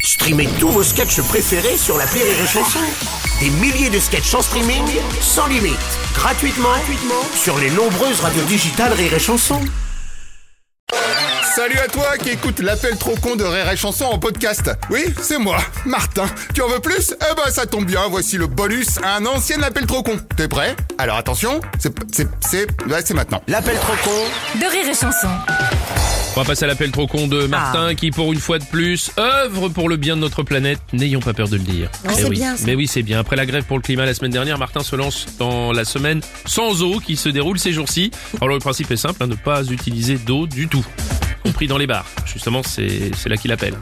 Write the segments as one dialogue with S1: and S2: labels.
S1: Streamez tous vos sketchs préférés sur la Rire et Chanson. Des milliers de sketchs en streaming, sans limite, gratuitement, gratuitement sur les nombreuses radios digitales Rire et Chanson.
S2: Salut à toi qui écoute l'appel trop con de Rire et Chanson en podcast. Oui, c'est moi, Martin. Tu en veux plus Eh ben ça tombe bien, voici le bonus à un ancien appel trop con. T'es prêt Alors attention, c'est c'est c'est ouais, c'est maintenant.
S1: L'appel trop con
S3: de rire et chanson.
S4: On va passer à l'appel trop con
S3: Ah.
S4: de Martin qui, pour une fois de plus, œuvre pour le bien de notre planète. N'ayons pas peur de le dire. Mais
S3: Ah, c'est
S4: oui.
S3: bien, ça.
S4: Mais oui, c'est bien. Après la grève pour le climat la semaine dernière, Martin se lance dans la semaine sans eau qui se déroule ces jours-ci. Alors le principe est simple, hein, ne pas utiliser d'eau du tout, y compris dans les bars. Justement, c'est c'est là qu'il appelle.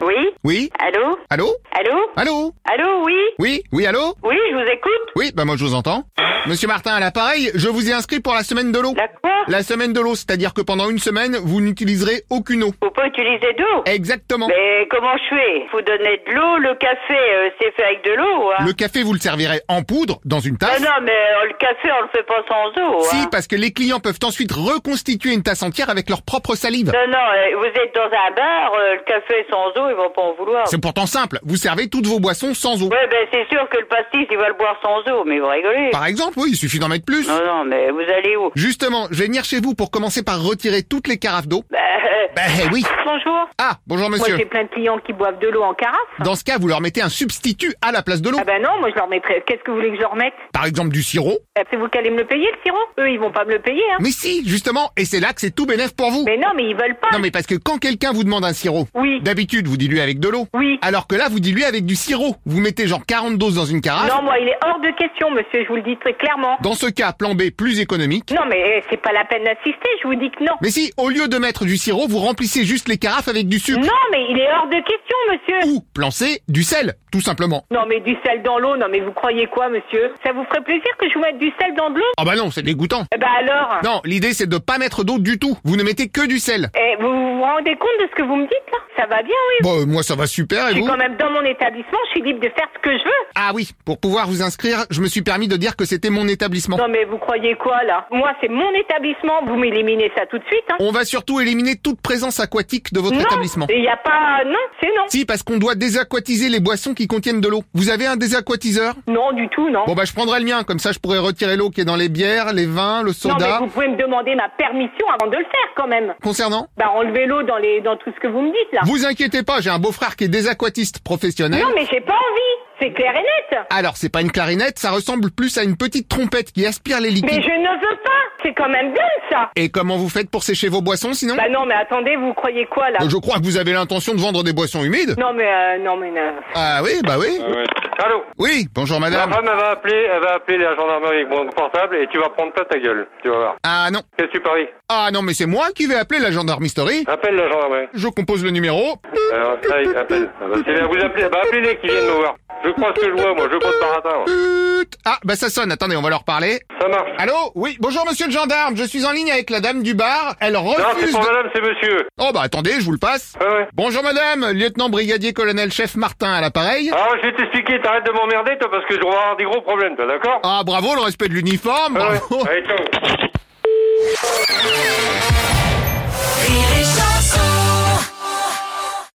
S5: Oui
S2: Oui
S5: Allô
S2: Allô
S5: Allô
S2: Allô
S5: Allô, oui
S2: Oui Oui, allô
S5: Oui, je vous écoute
S2: Oui, bah moi je vous entends. Monsieur Martin à l'appareil, je vous ai inscrit pour la semaine de l'eau.
S5: D'accord
S2: La semaine de l'eau, c'est-à-dire que pendant une semaine, vous n'utiliserez aucune eau.
S5: Faut pas utiliser d'eau
S2: Eh. Exactement.
S5: Mais comment je fais Faut donner de l'eau, le café, euh, c'est fait avec de l'eau, hein
S2: Le café, vous le servirez en poudre dans une
S5: Ah
S2: tasse.
S5: non, mais euh, le café, on le fait pas sans eau,
S2: Si,
S5: hein
S2: parce que les clients peuvent ensuite reconstituer une tasse entière avec leur propre salive.
S5: Non, non, euh, vous êtes dans un bar, euh, le café sans eau, ils vont pas en vouloir.
S2: C'est pourtant simple, vous servez toutes vos boissons sans eau.
S5: Ouais, ben c'est sûr que le pastis, il va le boire sans eau, mais vous rigolez
S2: Par exemple, oui, il suffit d'en mettre plus.
S5: Non, non, mais vous allez où
S2: Justement, je vais venir chez vous pour commencer par retirer toutes les carafes d'eau.
S5: Ben, euh,
S2: Bah eh oui.
S5: Bonjour
S2: Ah, bonjour
S6: Moi,
S2: monsieur.
S6: j'ai plein de clients qui boivent de l'eau en carafe.
S2: Dans ce cas, vous leur mettez un substitut à la place de l'eau.
S6: Ah bah. ben non, moi je leur mettrais. Qu'est-ce que vous voulez que je leur mette
S2: Par exemple du sirop.
S6: Euh, C'est vous qui allez me le payer, le sirop Eux, ils vont pas me le payer, hein.
S2: Mais si, justement, et c'est là que c'est tout bénef pour vous.
S6: Mais non, mais ils veulent pas.
S2: Non mais parce que quand quelqu'un vous demande un sirop,
S6: Oui.
S2: d'habitude vous diluez avec de l'eau.
S6: Oui.
S2: Alors que là, vous diluez avec du sirop. Vous mettez genre 40 doses dans une carafe.
S6: Non, moi, il est hors de question, monsieur, je vous le dis très clairement.
S2: Dans ce cas, plan B plus économique.
S6: Non, mais eh, c'est pas la peine d'insister, je vous dis que non.
S2: Mais si, au lieu de mettre du sirop, vous remplissez juste les carafes avec du sucre.
S6: Non, mais il est hors de question, monsieur.
S2: Ou, plan C, du sel, tout simplement.
S6: Non, mais du sel dans l'eau, non, mais vous croyez quoi, monsieur Ça vous ferait plaisir que je vous mette du sel dans de l'eau
S2: Ah bah non, c'est dégoûtant.
S6: Eh ben alors
S2: Non, l'idée c'est de pas mettre d'eau du tout. Vous ne mettez que du sel.
S6: Eh, vous vous rendez compte de ce que vous me dites, là Ça va bien, oui.
S2: Bon, euh, moi ça va super et
S6: Je suis
S2: vous
S6: quand même dans mon établissement, je suis libre de faire ce que je veux.
S2: Ah oui, pour pouvoir vous inscrire, je me suis permis de dire que c'était mon établissement.
S6: Non mais vous croyez quoi là Moi c'est mon établissement, vous m'éliminez ça tout de suite. Hein.
S2: On va surtout éliminer toute présence aquatique de votre
S6: non,
S2: établissement.
S6: il n'y a pas... Non, c'est non.
S2: Si, parce qu'on doit désaquatiser les boissons qui contiennent de l'eau. Vous avez un désaquatiseur
S6: Non du tout, non.
S2: Bon bah je prendrai le mien, comme ça je pourrai retirer l'eau qui est dans les bières, les vins, le
S6: non mais
S2: soda.
S6: vous pouvez me demander ma permission avant de le faire quand même.
S2: Concernant
S6: Bah enlevez l'eau dans, les... dans tout ce que vous me dites là.
S2: Vous inquiétez pas, j'ai un beau-frère qui est désaquatiste professionnel.
S6: Ah. Non mais j'ai pas envie, c'est clair et net.
S2: Alors, c'est pas une clarinette, ça ressemble plus à une petite trompette qui aspire les
S6: Mais
S2: liquides.
S6: je ne veux pas, c'est quand même bien ça.
S2: Et comment vous faites pour sécher vos boissons sinon
S6: Bah non mais attendez, vous croyez quoi là
S2: Euh, Je crois que vous avez l'intention de vendre des boissons humides.
S6: Non mais euh, non mais... non.
S2: Ah oui, bah oui.
S7: Allô
S2: Oui, bonjour
S7: Ma
S6: Bah,
S2: madame.
S7: femme, elle va appeler, elle va appeler la gendarmerie avec mon portable et tu vas prendre plein ta gueule. Tu vas voir.
S2: Ah non.
S7: Qu'est-ce que tu paries
S2: Ah non, mais c'est moi qui vais appeler la gendarmerie.
S7: Appelle la gendarmerie.
S2: Je compose le numéro.
S7: Alors, ça y est, appelle. Ah bah, c'est bien, vous appelez, bah, appelez-les qui viennent me voir. Je crois ce que je vois, moi, je compte par matin. moi.
S2: Tut. Ah, bah ça sonne, attendez, on va leur parler.
S7: Ça marche.
S2: Allô Oui, bonjour monsieur le gendarme, je suis en ligne avec la dame du bar, elle
S7: Non, c'est
S2: refuse
S7: pas
S2: de...
S7: madame, c'est monsieur.
S2: Oh bah attendez, je vous le passe.
S7: Ouais, ouais.
S2: Bonjour madame, lieutenant brigadier colonel chef Martin à l'appareil.
S7: Alors, je vais t'expliquer, t'arrêtes de m'emmerder, toi, parce que je vais avoir des gros problèmes, toi, d'accord Euh,
S2: Ah bravo, le respect de l'uniforme,
S7: Ouais, ouais.
S2: bravo.
S7: Allez, ciao.